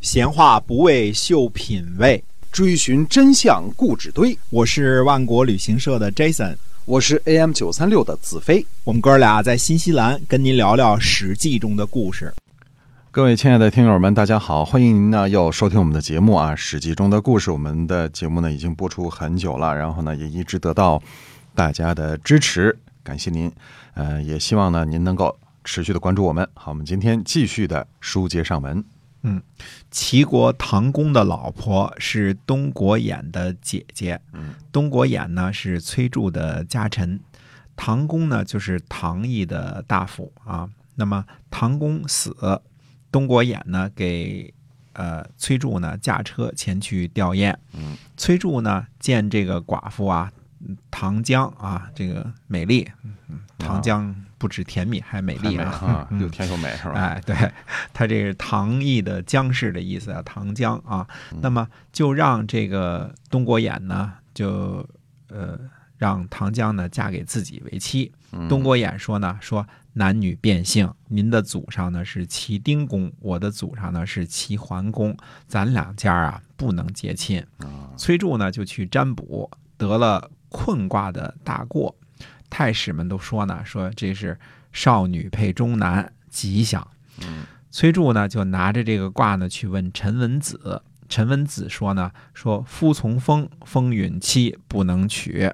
闲话不为秀品味，追寻真相故纸堆。我是万国旅行社的 Jason，我是 AM 九三六的子飞。我们哥俩在新西兰跟您聊聊《史记》中的故事。各位亲爱的听友们，大家好！欢迎您呢又收听我们的节目啊，《史记》中的故事。我们的节目呢已经播出很久了，然后呢也一直得到大家的支持，感谢您。呃，也希望呢您能够持续的关注我们。好，我们今天继续的书接上文。嗯，齐国唐公的老婆是东国衍的姐姐，嗯，东国衍呢是崔杼的家臣，唐公呢就是唐毅的大夫啊。那么唐公死，东国衍呢给呃崔杼呢驾车前去吊唁，嗯，崔杼呢见这个寡妇啊，嗯唐江啊，这个美丽，嗯嗯唐江不止甜蜜还美丽美啊，啊，嗯又甜又美是吧？哎，对，他这是唐毅的姜氏的意思啊，唐姜啊。那么就让这个东国衍呢，就呃让唐姜呢嫁给自己为妻。嗯东国衍说呢，说男女变性，您的祖上呢是齐丁公，我的祖上呢是齐桓公，咱两家啊不能结亲。啊崔杼呢就去占卜，得了困卦的大过。太史们都说呢，说这是少女配中男，吉祥。嗯崔杼呢就拿着这个卦呢去问陈文子。陈文子说呢，说夫从风，风允期，不能取。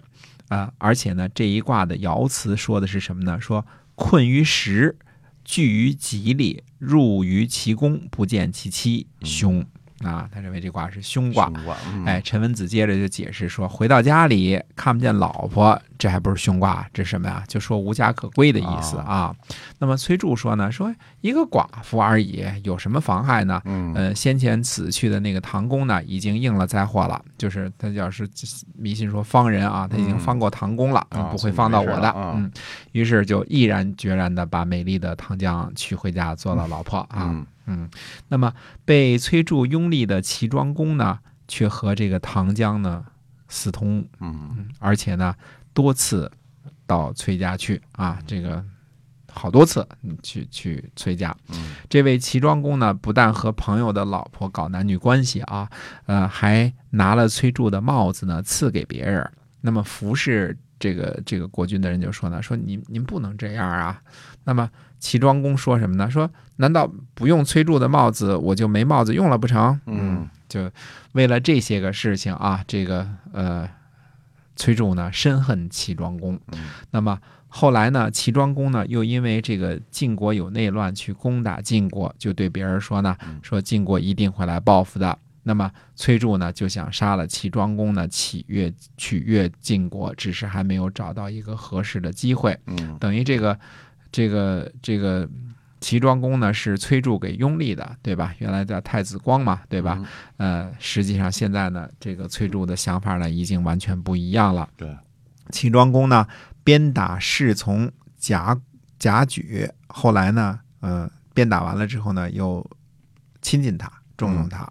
啊、而且呢，这一卦的爻辞说的是什么呢？说困于时，聚于吉里，入于其宫，不见其妻，凶。啊，他认为这卦是凶卦。胸挂，嗯哎，，陈文子接着就解释说，回到家里看不见老婆，这还不是凶卦，这是什么呀？就说无家可归的意哦思啊。那么崔杼说呢，说一个寡妇而已，有什么妨害呢？嗯呃，先前死去的那个唐公呢，已经应了灾祸了，就是他要是迷信说方人啊，他已经嗯方过唐公了，啊不所会以方到我没事的。了啊嗯，于是就毅然决然的把美丽的唐江娶回家做了老婆啊。嗯嗯，那么被崔杼拥立的齐庄公呢，却和这个唐姜呢私通，嗯嗯而且呢多次到崔家去啊，嗯这个好多次嗯去去崔家。嗯这位齐庄公呢，不但和朋友的老婆搞男女关系啊，呃，还拿了崔杼的帽子呢赐给别人。那么服侍这个这个国君的人就说呢，说您您不能这样啊。那么齐庄公说什么呢？说难道不用崔杼的帽子，我就没帽子用了不成？嗯，就为了这些个事情啊，这个呃，崔杼呢深恨齐庄公。嗯那么后来呢，齐庄公呢又因为这个晋国有内乱，去攻打晋国，就对别人说呢嗯，说晋国一定会来报复的。那么崔杼呢就想杀了齐庄公呢，起越取越晋国，只是还没有找到一个合适的机会。嗯等于这个这个这个齐庄公呢是崔杼给拥立的，对吧？原来叫太子光嘛，对吧？嗯呃，实际上现在呢，这个崔杼的想法呢已经完全不一样了。对，齐庄公呢鞭打侍从贾贾举，后来呢，呃，鞭打完了之后呢，又亲近他，重用他。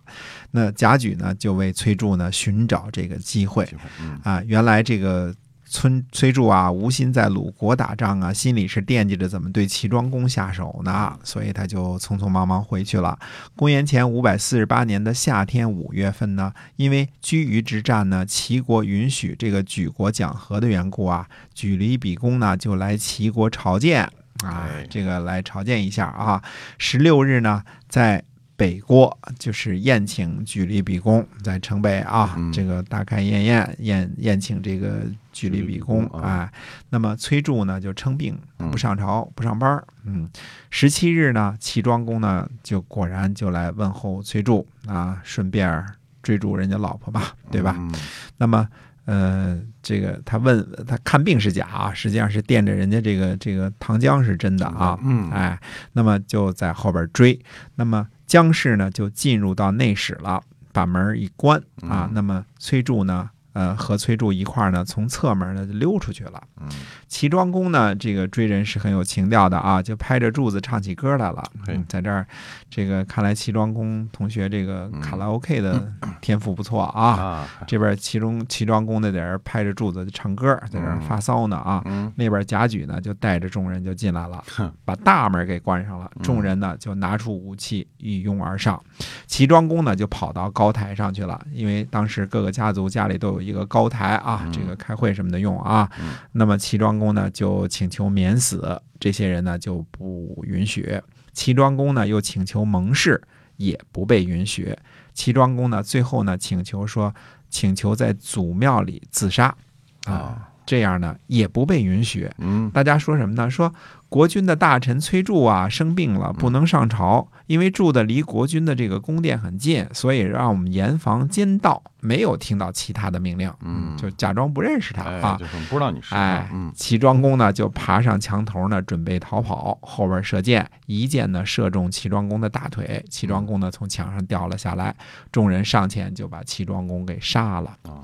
那贾举呢，就为崔杼呢寻找这个机会。机会嗯啊，原来这个村崔杼啊，无心在鲁国打仗啊，心里是惦记着怎么对齐庄公下手呢，所以他就匆匆忙忙回去了。公元前五百四十八年的夏天五月份呢，因为居于之战呢，齐国允许这个举国讲和的缘故啊，举离比公呢就来齐国朝见啊哎，这个来朝见一下啊。十六日呢，在北郭，就是宴请举离比公，在城北啊，嗯这个大开宴宴宴宴请这个举离比公举离比公哎啊。那么崔杼呢就称病嗯不上朝不上班儿，嗯。十七日呢，齐庄公呢就果然就来问候崔杼啊，顺便儿追逐人家老婆嘛，对吧？嗯那么，呃，这个他问他看病是假啊，实际上是惦着人家这个这个糖浆是真的啊，嗯哎，那么就在后边追。那么姜氏呢就进入到内室了，把门一关啊嗯，那么崔杼呢，呃，和崔杼一块儿呢从侧门呢就溜出去了。嗯，齐庄公呢，这个追人是很有情调的啊，就拍着柱子唱起歌来了。嘿嗯在这儿，这个看来齐庄公同学这个卡拉 OK 的天赋不错啊。嗯啊，这边齐中齐庄公的在这儿拍着柱子就唱歌，在这儿发骚呢啊。嗯那边贾举呢就带着众人就进来了哼，嗯把大门给关上了。众人呢就拿出武器一拥而上，齐庄公呢就跑到高台上去了，因为当时各个家族家里都有一个高台啊嗯，这个开会什么的用啊。那么齐庄公呢就请求免死，这些人呢就不允许。齐庄公呢又请求盟誓，也不被允许。齐庄公呢最后呢请求说，请求在祖庙里自杀。啊，这样呢也不被允许。嗯大家说什么呢？说国君的大臣崔杼啊生病了，不能上朝，因为住的离国君的这个宫殿很近，所以让我们严防监盗，没有听到其他的命令，嗯就假装不认识他哎，啊。就是不知道你是谁，哎嗯，齐庄公呢就爬上墙头呢，准备逃跑，后边射箭，一箭呢射中齐庄公的大腿，齐庄公呢从墙上掉了下来，众人上前就把齐庄公给杀了。啊，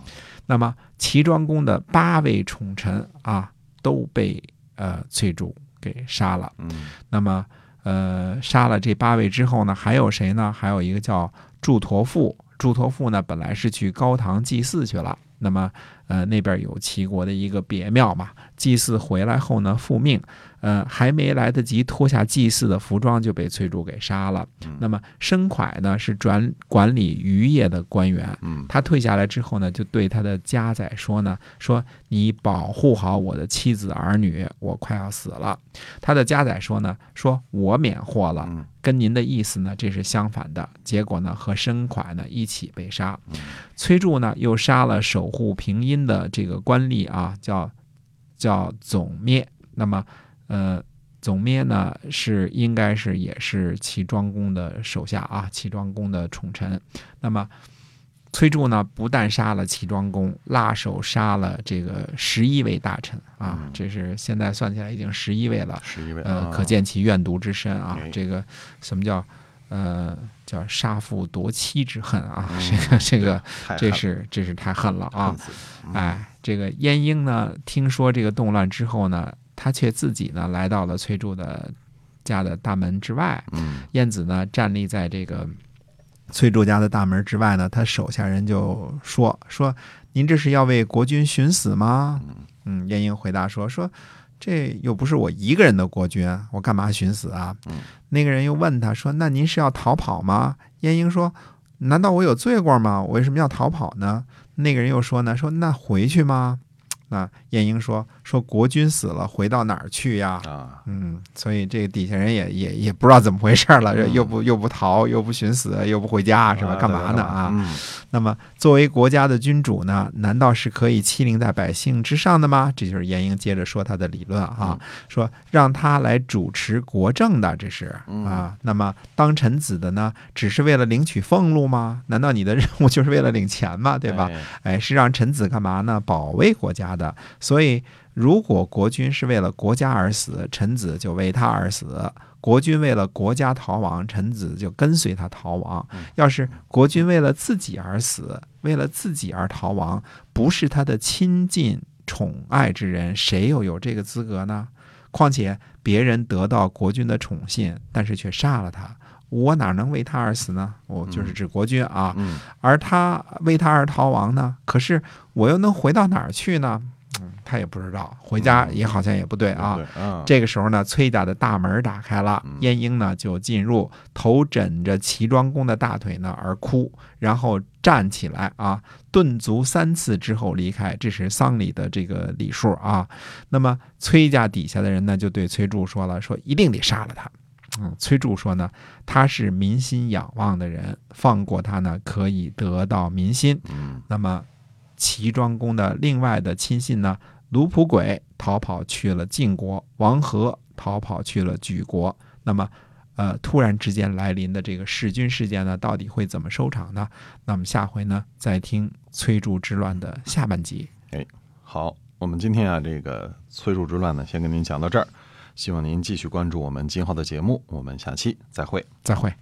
那么齐庄公的八位宠臣啊，都被呃崔杼给杀了。嗯那么呃，杀了这八位之后呢，还有谁呢？还有一个叫祝陀父。祝陀父呢，本来是去高唐祭祀去了。那么，呃，那边有齐国的一个别庙嘛，祭祀回来后呢，复命，呃，还没来得及脱下祭祀的服装，就被崔杼给杀了嗯。那么，申蒯呢是转管理渔业的官员，嗯他退下来之后呢，就对他的家宰说呢，说你保护好我的妻子儿女，我快要死了。他的家宰说呢，说我免祸了，嗯跟您的意思呢这是相反的。结果呢和申蒯呢一起被杀嗯，崔杼呢又杀了守护平阴的这个官吏啊，叫叫总灭。那么，呃。总灭呢是应该是也是齐庄公的手下啊，齐庄公的宠臣。那么崔杼呢，不但杀了齐庄公，辣手杀了这个十一位大臣啊，嗯这是现在算起来已经十一位了，十一位，呃，啊可见其怨毒之深啊哎。这个什么叫呃叫杀父夺妻之恨啊？嗯这个这个太这狠是这是太狠了啊！恨死嗯哎，这个晏婴呢，听说这个动乱之后呢，他却自己呢来到了崔杼的家的大门之外。嗯晏子呢站立在这个崔杼家的大门之外呢，他手下人就说说：“您这是要为国君寻死吗？”嗯，晏婴回答说：“说这又不是我一个人的国君，我干嘛寻死啊？”嗯那个人又问他说：“那您是要逃跑吗？”晏婴说：“难道我有罪过吗？我为什么要逃跑呢？”那个人又说呢：“说那回去吗？”那晏婴说：“说国君死了，回到哪儿去呀？”啊，嗯，所以这个底下人也也也不知道怎么回事儿了，这嗯又不又不逃，又不寻死，又不回家，是吧？啊干嘛呢？啊？嗯那么作为国家的君主呢，难道是可以欺凌在百姓之上的吗？这就是晏婴接着说他的理论啊，说让他来主持国政的，这是嗯啊。那么当臣子的呢，只是为了领取俸禄吗？难道你的任务就是为了领钱吗？对吧？？哎哎，是让臣子干嘛呢？保卫国家的。所以，如果国君是为了国家而死，臣子就为他而死；国君为了国家逃亡，臣子就跟随他逃亡嗯。要是国君为了自己而死，为了自己而逃亡，不是他的亲近宠爱之人，谁又有这个资格呢？况且别人得到国君的宠信，但是却杀了他，我哪能为他而死呢？我就是嗯指国君啊。嗯而他为他而逃亡呢？可是我又能回到哪儿去呢？嗯，他也不知道，回家也好像也不对啊。对啊，这个时候呢，崔家的大门打开了嗯，晏婴呢就进入，头枕着齐庄公的大腿呢而哭，然后站起来啊，顿足三次之后离开，这是丧礼的这个礼数啊。那么崔家底下的人呢，就对崔杼说了，说一定得杀了他。嗯，崔杼说呢，他是民心仰望的人，放过他呢可以得到民心。嗯那么齐庄公的另外的亲信呢，卢普轨逃跑去了晋国，王和逃跑去了莒国。那么，呃，突然之间来临的这个弑君事件呢，到底会怎么收场呢？那么下回呢，再听崔杼之乱的下半集。好，我们今天啊，这个崔杼之乱呢，先跟您讲到这儿，希望您继续关注我们今后的节目，我们下期再会。再会。